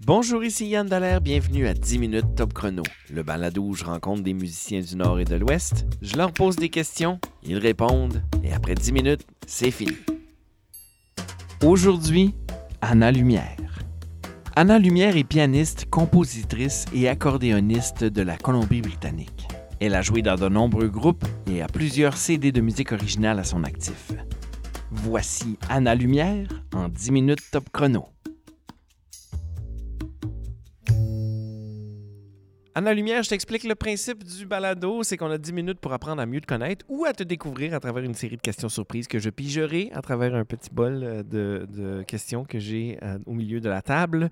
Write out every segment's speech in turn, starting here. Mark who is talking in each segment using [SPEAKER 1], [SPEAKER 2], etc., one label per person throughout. [SPEAKER 1] Bonjour, ici Yann Dallaire, bienvenue à 10 minutes top chrono. Le balado où je rencontre des musiciens du Nord et de l'Ouest, je leur pose des questions, ils répondent, et après 10 minutes, c'est fini. Aujourd'hui, Anna Lumière. Anna Lumière est pianiste, compositrice et accordéoniste de la Colombie-Britannique. Elle a joué dans de nombreux groupes et a plusieurs CD de musique originale à son actif. Voici Anna Lumière en 10 minutes top chrono. Anna Lumière, je t'explique le principe du balado, c'est qu'on a 10 minutes pour apprendre à mieux te connaître ou à te découvrir à travers une série de questions surprises que je pigerai à travers un petit bol euh, de, de questions que j'ai euh, au milieu de la table.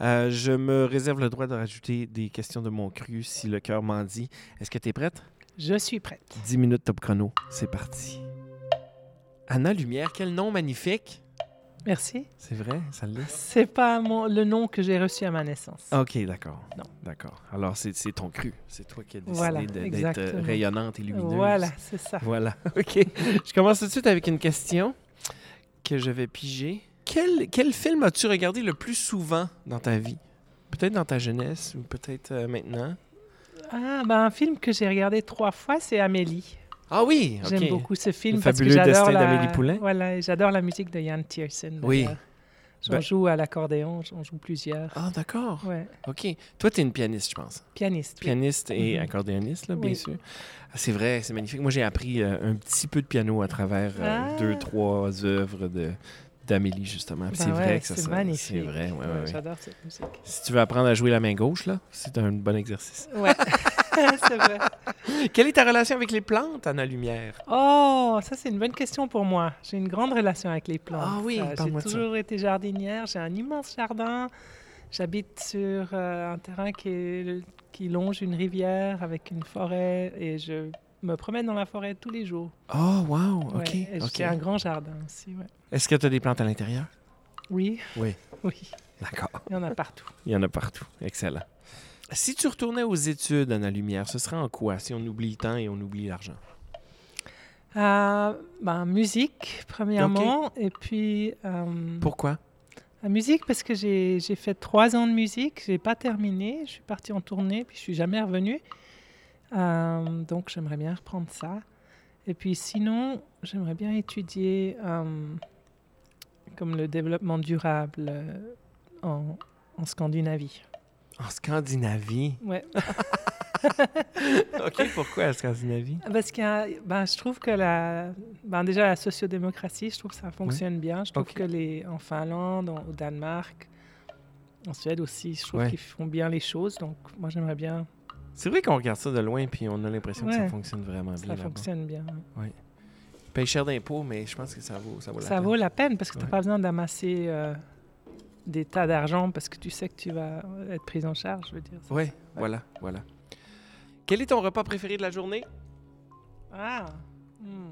[SPEAKER 1] Euh, je me réserve le droit de rajouter des questions de mon cru si le cœur m'en dit. Est-ce que tu es prête?
[SPEAKER 2] Je suis prête.
[SPEAKER 1] 10 minutes top chrono, c'est parti. Anna Lumière, quel nom magnifique!
[SPEAKER 2] Merci.
[SPEAKER 1] C'est vrai, ça l'est.
[SPEAKER 2] C'est pas mon- le nom que j'ai reçu à ma naissance.
[SPEAKER 1] OK, d'accord.
[SPEAKER 2] Non.
[SPEAKER 1] D'accord. Alors, c'est c'est ton cru. C'est toi qui as décidé
[SPEAKER 2] Voilà,
[SPEAKER 1] de- d'être euh,
[SPEAKER 2] exactement.
[SPEAKER 1] rayonnante et lumineuse.
[SPEAKER 2] voilà, c'est ça.
[SPEAKER 1] Voilà. OK. Je commence tout de suite avec une question que je vais piger. Quel, quel film as-tu regardé le plus souvent dans ta vie? Peut-être dans ta jeunesse ou peut-être euh, maintenant.
[SPEAKER 2] Ah, ben, un film que j'ai regardé trois fois, c'est Amélie.
[SPEAKER 1] Ah oui! OK.
[SPEAKER 2] J'aime beaucoup ce film.
[SPEAKER 1] Le
[SPEAKER 2] parce que
[SPEAKER 1] fabuleux
[SPEAKER 2] j'adore
[SPEAKER 1] destin
[SPEAKER 2] la-
[SPEAKER 1] d'Amélie Poulain.
[SPEAKER 2] Voilà, et j'adore la musique de Yann Tiersen.
[SPEAKER 1] Oui.
[SPEAKER 2] d'ailleurs. J'en
[SPEAKER 1] Ben-
[SPEAKER 2] joue à l'accordéon, j'en joue plusieurs.
[SPEAKER 1] Ah, d'accord.
[SPEAKER 2] Ouais,
[SPEAKER 1] OK. Toi, tu es une pianiste, je pense.
[SPEAKER 2] pianiste. oui.
[SPEAKER 1] Pianiste et
[SPEAKER 2] Mhm.
[SPEAKER 1] accordéoniste, là, bien
[SPEAKER 2] Oui.
[SPEAKER 1] sûr. Ah, C'est vrai, c'est magnifique. Moi, j'ai appris euh, un petit peu de piano à travers euh,
[SPEAKER 2] Ah.
[SPEAKER 1] deux, trois œuvres de d'Amélie, justement. Puis
[SPEAKER 2] Ben
[SPEAKER 1] c'est vrai
[SPEAKER 2] ouais,
[SPEAKER 1] que ça
[SPEAKER 2] c'est
[SPEAKER 1] sonne-
[SPEAKER 2] magnifique.
[SPEAKER 1] C'est vrai, ouais, ouais,
[SPEAKER 2] Ouais,
[SPEAKER 1] ouais.
[SPEAKER 2] J'adore cette musique.
[SPEAKER 1] Si tu veux apprendre à jouer la main gauche, là, c'est un bon exercice.
[SPEAKER 2] Ouais, c'est vrai.
[SPEAKER 1] Quelle est ta relation avec les plantes, Anna Lumière?
[SPEAKER 2] Oh, ça c'est une bonne question pour moi. J'ai une grande relation avec les plantes.
[SPEAKER 1] Ah oui,
[SPEAKER 2] j'ai
[SPEAKER 1] parle-moi de ça.
[SPEAKER 2] toujours été jardinière, j'ai un immense jardin. J'habite sur euh, un terrain qui, est- qui longe une rivière avec une forêt et je me promène dans la forêt tous les jours.
[SPEAKER 1] Oh, wow,
[SPEAKER 2] Ouais, et
[SPEAKER 1] ok. ok.
[SPEAKER 2] J'ai un grand jardin aussi. ouais.
[SPEAKER 1] Est-ce que tu as des plantes à l'intérieur?
[SPEAKER 2] Oui.
[SPEAKER 1] Oui.
[SPEAKER 2] Oui,
[SPEAKER 1] D'accord.
[SPEAKER 2] il y en a partout.
[SPEAKER 1] Il y en a partout. Excellent. Si tu retournais aux études, Anna Lumière, ce serait en quoi si on oublie le temps et on oublie l'argent?
[SPEAKER 2] Euh, ben, musique, premièrement, et puis. euh,
[SPEAKER 1] Pourquoi?
[SPEAKER 2] La musique, parce que j'ai j'ai fait trois ans de musique, j'ai pas terminé, je suis partie en tournée, puis je suis jamais revenue. Euh, donc j'aimerais bien reprendre ça. Et puis sinon, j'aimerais bien étudier euh, comme le développement durable euh, en, en Scandinavie.
[SPEAKER 1] En Scandinavie.
[SPEAKER 2] Ouais,
[SPEAKER 1] OK, pourquoi en Scandinavie?
[SPEAKER 2] parce que ben, je trouve que la, ben, déjà la sociodémocratie, je trouve que ça fonctionne bien. Je trouve
[SPEAKER 1] Ok.
[SPEAKER 2] que les en Finlande, en- au Danemark, en Suède aussi, je trouve
[SPEAKER 1] Ouais.
[SPEAKER 2] qu'ils font bien les choses. Donc moi j'aimerais bien
[SPEAKER 1] C'est vrai qu'on regarde ça de loin puis on a l'impression que ça
[SPEAKER 2] Ouais.
[SPEAKER 1] fonctionne vraiment bien
[SPEAKER 2] Ça
[SPEAKER 1] là-bas.
[SPEAKER 2] fonctionne bien. ouais.
[SPEAKER 1] Paye cher d'impôts, mais je pense que ça vaut, ça vaut la
[SPEAKER 2] Ça
[SPEAKER 1] peine.
[SPEAKER 2] vaut la peine parce que tu n'as
[SPEAKER 1] Ouais.
[SPEAKER 2] pas besoin d'amasser euh, des tas d'argent parce que tu sais que tu vas être prise en charge, je veux dire.
[SPEAKER 1] Oui, voilà, voilà. Quel est ton repas préféré de la journée?
[SPEAKER 2] Ah, hmm,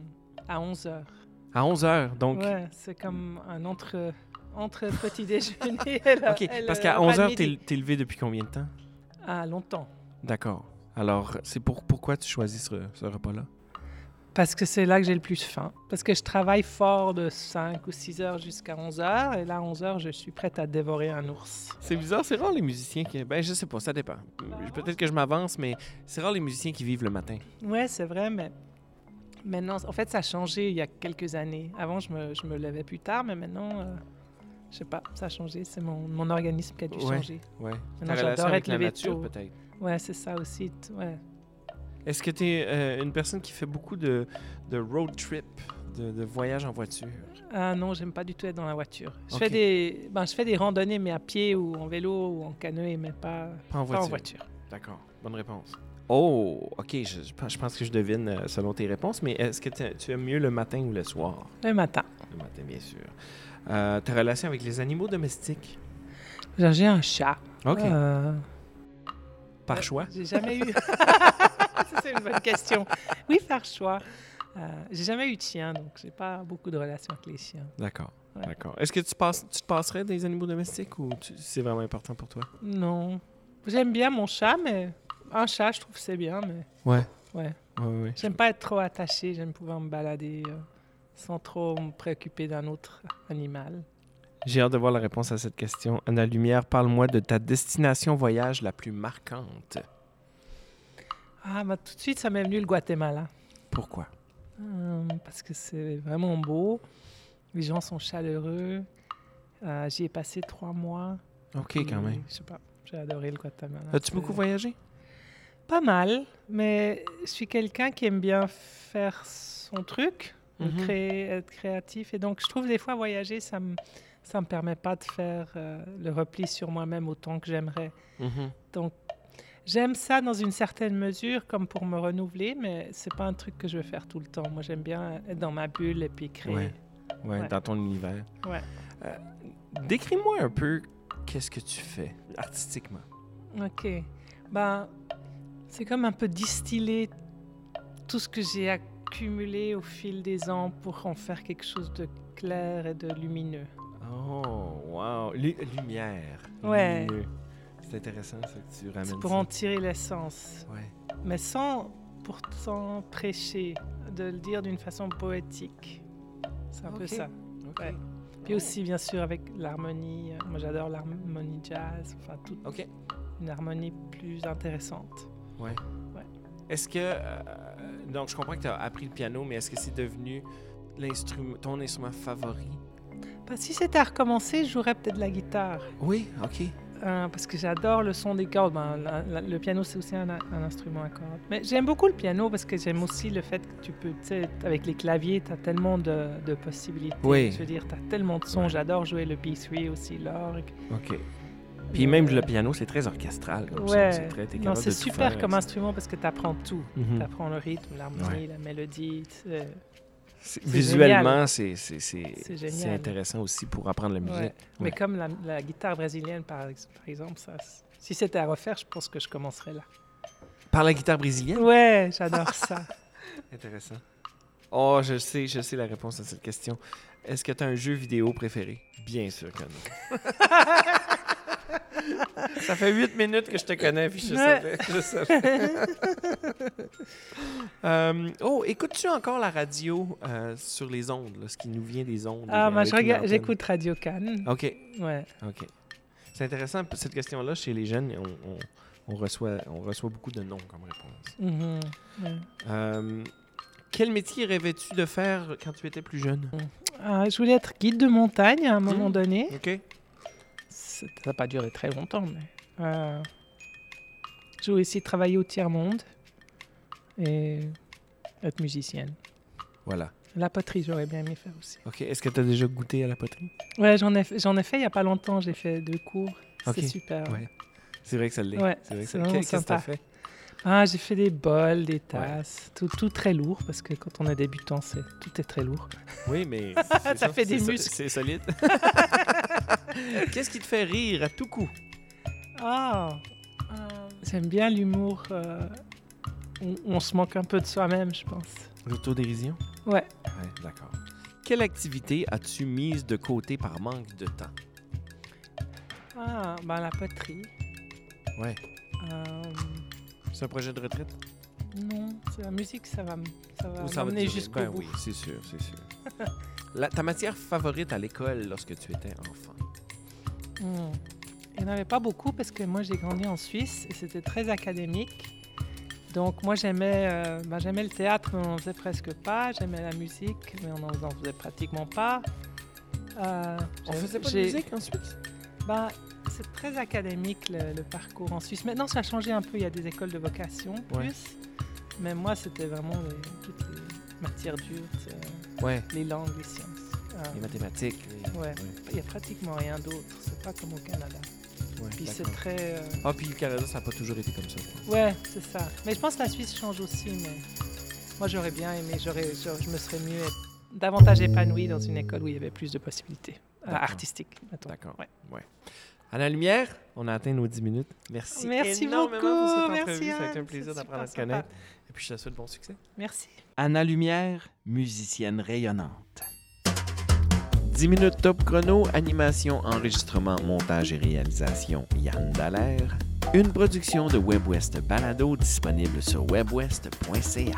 [SPEAKER 2] à 11 heures.
[SPEAKER 1] À 11h, donc.
[SPEAKER 2] Ouais, c'est comme un entre, entre petit déjeuner. et le-
[SPEAKER 1] OK,
[SPEAKER 2] et Euh, le
[SPEAKER 1] parce qu'à
[SPEAKER 2] repas de
[SPEAKER 1] 11h,
[SPEAKER 2] midi.
[SPEAKER 1] t'es t'es levé depuis combien de temps?
[SPEAKER 2] Ah, longtemps.
[SPEAKER 1] D'accord. Alors, c'est pour, pourquoi tu choisis ce, ce repas-là?
[SPEAKER 2] Parce que c'est là que j'ai le plus faim. Parce que je travaille fort de 5 ou 6 heures jusqu'à 11 heures. Et là, à 11 heures, je suis prête à dévorer un ours.
[SPEAKER 1] C'est bizarre, c'est rare les musiciens qui... Ben, je sais pas, ça dépend. Peut-être que je m'avance, mais c'est rare les musiciens qui vivent le matin.
[SPEAKER 2] Ouais, c'est vrai, mais maintenant, en fait, ça a changé il y a quelques années. Avant, je me, je me levais plus tard, mais maintenant, euh, je sais pas, ça a changé. C'est mon, mon organisme qui a dû
[SPEAKER 1] Ouais.
[SPEAKER 2] changer.
[SPEAKER 1] Ouais. Ta
[SPEAKER 2] Maintenant,
[SPEAKER 1] relation
[SPEAKER 2] j'adore
[SPEAKER 1] avec
[SPEAKER 2] être
[SPEAKER 1] la
[SPEAKER 2] levée
[SPEAKER 1] nature,
[SPEAKER 2] tôt.
[SPEAKER 1] peut-être.
[SPEAKER 2] Ouais, c'est ça aussi. t- Ouais.
[SPEAKER 1] Est-ce que t'es euh, une personne qui fait beaucoup de, de road trip, de, de voyages en voiture?
[SPEAKER 2] Ah non, j'aime pas du tout être dans la voiture. Je,
[SPEAKER 1] Ok.
[SPEAKER 2] fais des, ben, je fais des randonnées, mais à pied ou en vélo ou en canoë, mais pas,
[SPEAKER 1] Pas en
[SPEAKER 2] pas
[SPEAKER 1] voiture.
[SPEAKER 2] en voiture.
[SPEAKER 1] D'accord. Bonne réponse. Oh, OK. Je, je pense- je pense que je devine euh, selon tes réponses, mais est-ce que t'as- tu aimes mieux le matin ou le soir?
[SPEAKER 2] Le matin.
[SPEAKER 1] Le matin, bien sûr. Euh, ta relation avec les animaux domestiques?
[SPEAKER 2] Genre, J'ai un chat.
[SPEAKER 1] OK.
[SPEAKER 2] Euh,
[SPEAKER 1] Par choix?
[SPEAKER 2] J'ai jamais eu. Ça, c'est une bonne question. Oui, par choix. Euh, j'ai jamais eu de chien, donc j'ai pas beaucoup de relations avec les chiens.
[SPEAKER 1] D'accord.
[SPEAKER 2] Ouais.
[SPEAKER 1] D'accord. Est-ce que tu, passes, tu te passerais des animaux domestiques ou tu- c'est vraiment important pour toi?
[SPEAKER 2] Non. J'aime bien mon chat, mais un chat, je trouve que c'est bien, mais
[SPEAKER 1] Ouais.
[SPEAKER 2] Ouais.
[SPEAKER 1] Ouais, ouais, ouais.
[SPEAKER 2] j'aime pas être trop attachée. J'aime pouvoir me balader euh, sans trop me préoccuper d'un autre animal.
[SPEAKER 1] J'ai hâte de voir la réponse à cette question. Anna Lumière, parle-moi de ta destination voyage la plus marquante.
[SPEAKER 2] Ah, bah, tout de suite, ça m'est venu le Guatemala.
[SPEAKER 1] Pourquoi?
[SPEAKER 2] Euh, parce que c'est vraiment beau. Les gens sont chaleureux. Euh, J'y ai passé trois mois.
[SPEAKER 1] OK, quand
[SPEAKER 2] Et
[SPEAKER 1] même.
[SPEAKER 2] Je sais pas, j'ai adoré le Guatemala.
[SPEAKER 1] As-tu
[SPEAKER 2] C'est
[SPEAKER 1] beaucoup voyagé?
[SPEAKER 2] Pas mal, mais je suis quelqu'un qui aime bien faire son truc, de
[SPEAKER 1] Mhm.
[SPEAKER 2] créer, être créatif. Et donc, je trouve des fois voyager, ça me, ça me permet pas de faire euh, le repli sur moi-même autant que j'aimerais.
[SPEAKER 1] mm-hmm.
[SPEAKER 2] J'aime ça dans une certaine mesure, comme pour me renouveler, mais c'est pas un truc que je veux faire tout le temps. Moi, j'aime bien être dans ma bulle et puis créer.
[SPEAKER 1] Ouais. Ouais,
[SPEAKER 2] Ouais.
[SPEAKER 1] dans ton univers.
[SPEAKER 2] Ouais.
[SPEAKER 1] Euh, Décris-moi un peu qu'est-ce que tu fais artistiquement.
[SPEAKER 2] Ok. Ben, c'est comme un peu distiller tout ce que j'ai accumulé au fil des ans pour en faire quelque chose de clair et de lumineux.
[SPEAKER 1] Oh, wow. Lu- lumière.
[SPEAKER 2] Ouais.
[SPEAKER 1] Lumineux. C'est intéressant ça que tu ramènes.
[SPEAKER 2] C'est pour
[SPEAKER 1] ça.
[SPEAKER 2] en tirer l'essence,
[SPEAKER 1] Ouais.
[SPEAKER 2] mais sans pourtant prêcher, de le dire d'une façon poétique. C'est un
[SPEAKER 1] Ok.
[SPEAKER 2] peu ça.
[SPEAKER 1] OK.
[SPEAKER 2] Ouais. Puis aussi, bien sûr, avec l'harmonie. euh, Moi, j'adore l'harmonie jazz, enfin, toute
[SPEAKER 1] OK.
[SPEAKER 2] une harmonie plus intéressante.
[SPEAKER 1] Est-ce que. euh, donc, je comprends que tu as appris le piano, mais est-ce que c'est devenu l'instrument, ton instrument favori?
[SPEAKER 2] Bah, si c'était à recommencer, je jouerais peut-être de la guitare.
[SPEAKER 1] Oui, OK.
[SPEAKER 2] Euh, parce que j'adore le son des cordes. Ben, la- la- le piano, c'est aussi un, un instrument à cordes. Mais j'aime beaucoup le piano parce que j'aime aussi le fait que tu peux, tu sais, avec les claviers, tu as tellement de, de possibilités.
[SPEAKER 1] Oui.
[SPEAKER 2] Je veux dire, tu as tellement de sons.
[SPEAKER 1] Ouais.
[SPEAKER 2] J'adore jouer le B3 aussi, l'orgue.
[SPEAKER 1] OK. Puis même le piano, c'est très orchestral comme
[SPEAKER 2] Ouais.
[SPEAKER 1] ça. C'est très, t'es
[SPEAKER 2] Non,
[SPEAKER 1] capable
[SPEAKER 2] c'est
[SPEAKER 1] de tout
[SPEAKER 2] super
[SPEAKER 1] faire
[SPEAKER 2] comme
[SPEAKER 1] avec
[SPEAKER 2] instrument parce que tu apprends tout.
[SPEAKER 1] ça. Mhm.
[SPEAKER 2] Tu apprends le rythme, l'harmonie, la mélodie. tu sais.
[SPEAKER 1] C'est-
[SPEAKER 2] C'est
[SPEAKER 1] Visuellement, c'est c'est- c'est-
[SPEAKER 2] C'est
[SPEAKER 1] c'est
[SPEAKER 2] génial.
[SPEAKER 1] intéressant aussi pour apprendre la musique.
[SPEAKER 2] Ouais. Mais
[SPEAKER 1] Ouais.
[SPEAKER 2] comme la, la guitare brésilienne, par, ex- par exemple, ça, c- si c'était à refaire, je pense que je commencerais là.
[SPEAKER 1] Par la guitare brésilienne?
[SPEAKER 2] Ouais, j'adore ça.
[SPEAKER 1] Intéressant. Oh, je sais, je sais la réponse à cette question. Est-ce que tu as un jeu vidéo préféré? Bien sûr que non. Ça fait huit minutes que je te connais, puis je
[SPEAKER 2] Ouais.
[SPEAKER 1] savais. je savais. Euh, oh, écoutes-tu encore la radio euh, sur les ondes, là, ce qui nous vient des ondes?
[SPEAKER 2] Ah,
[SPEAKER 1] euh,
[SPEAKER 2] moi, je
[SPEAKER 1] avec une
[SPEAKER 2] regarde-
[SPEAKER 1] antenne?
[SPEAKER 2] j'écoute Radio Cannes.
[SPEAKER 1] OK,
[SPEAKER 2] Ouais.
[SPEAKER 1] OK. C'est intéressant, p- cette question-là, chez les jeunes, on, on- on reçoit, on reçoit beaucoup de noms comme réponse.
[SPEAKER 2] Mhm. Ouais.
[SPEAKER 1] Euh, quel métier rêvais-tu de faire quand tu étais plus jeune?
[SPEAKER 2] Ah, je voulais être guide de montagne à un moment
[SPEAKER 1] Mhm.
[SPEAKER 2] donné.
[SPEAKER 1] OK.
[SPEAKER 2] C'est- Ça n'a pas duré très longtemps, mais. euh, je voulais aussi travailler au tiers-monde et être musicienne.
[SPEAKER 1] Voilà.
[SPEAKER 2] La poterie, j'aurais bien aimé faire aussi.
[SPEAKER 1] OK. Est-ce que tu as déjà goûté à la poterie?
[SPEAKER 2] Ouais, j'en ai, j'en ai fait il n'y a pas longtemps, j'ai fait deux cours.
[SPEAKER 1] Ok.
[SPEAKER 2] C'est super.
[SPEAKER 1] Ouais. C'est vrai que ça l'est.
[SPEAKER 2] Ouais,
[SPEAKER 1] c'est vrai que
[SPEAKER 2] c'est
[SPEAKER 1] ça l'est. Qu'est-
[SPEAKER 2] vraiment
[SPEAKER 1] Qu'est-ce que tu as
[SPEAKER 2] sympa.
[SPEAKER 1] fait?
[SPEAKER 2] Ah, j'ai fait des bols, des tasses, tout, tout très lourd parce que quand on est débutant, c'est, tout est très lourd.
[SPEAKER 1] Oui, mais.
[SPEAKER 2] Ça fait des muscles.
[SPEAKER 1] C'est solide. Qu'est-ce qui te fait rire à tout coup?
[SPEAKER 2] Ah, euh, j'aime bien l'humour. euh, on, on se manque un peu de soi-même, je pense.
[SPEAKER 1] L'autodérision?
[SPEAKER 2] Ouais.
[SPEAKER 1] Oui, d'accord. Quelle activité as-tu mise de côté par manque de temps?
[SPEAKER 2] Ah, ben la poterie.
[SPEAKER 1] Ouais.
[SPEAKER 2] Euh,
[SPEAKER 1] C'est un projet de retraite?
[SPEAKER 2] non, c'est la musique, ça va, m- ça va
[SPEAKER 1] Ou ça va
[SPEAKER 2] m'emmener
[SPEAKER 1] durer?
[SPEAKER 2] jusqu'au
[SPEAKER 1] Ben
[SPEAKER 2] bout.
[SPEAKER 1] oui, c'est sûr, c'est sûr. La- ta matière favorite à l'école lorsque tu étais enfant?
[SPEAKER 2] Hmm. Il n'y en avait pas beaucoup parce que moi j'ai grandi en Suisse et c'était très académique. Donc moi j'aimais euh, ben, j'aimais le théâtre mais on n'en faisait presque pas. J'aimais la musique mais on n'en faisait pratiquement pas. Euh, j'ai- j'ai-
[SPEAKER 1] ensuite?
[SPEAKER 2] ben, C'est très académique le, le parcours en Suisse. Maintenant ça a changé un peu, il y a des écoles de vocation plus.
[SPEAKER 1] Ouais.
[SPEAKER 2] Mais moi c'était vraiment les- toutes les matières dures, tu sais,
[SPEAKER 1] Ouais.
[SPEAKER 2] les langues, les sciences. Euh,
[SPEAKER 1] Les mathématiques. les-
[SPEAKER 2] Ouais. il n'y a pratiquement rien d'autre, c'est pas comme au Canada.
[SPEAKER 1] Ouais,
[SPEAKER 2] Puis c'est
[SPEAKER 1] d'accord.
[SPEAKER 2] très... euh,
[SPEAKER 1] Ah, puis le Canada, ça n'a pas toujours été comme ça, je pense.
[SPEAKER 2] Ouais, c'est ça. Mais je pense que la Suisse change aussi. Mais moi, j'aurais bien aimé, j'aurais, j'aurais- je me serais mieux davantage épanouie dans une école où il y avait plus de possibilités euh,
[SPEAKER 1] D'accord.
[SPEAKER 2] artistiques. mettons.
[SPEAKER 1] D'accord.
[SPEAKER 2] Ouais.
[SPEAKER 1] Ouais. À la lumière, on a atteint nos 10 minutes. Merci,
[SPEAKER 2] Merci
[SPEAKER 1] énormément pour
[SPEAKER 2] beaucoup.
[SPEAKER 1] cette
[SPEAKER 2] Merci,
[SPEAKER 1] entrevue. Ça a été un
[SPEAKER 2] Anne.
[SPEAKER 1] plaisir
[SPEAKER 2] C'est
[SPEAKER 1] d'apprendre à te
[SPEAKER 2] super
[SPEAKER 1] connaître. Et puis, je te souhaite bon succès.
[SPEAKER 2] Merci.
[SPEAKER 3] Anna Lumière, musicienne rayonnante.
[SPEAKER 1] 10 minutes top chrono, animation, enregistrement, montage et réalisation, Yann Dallaire. Une production de WebWest Balado disponible sur webwest.ca.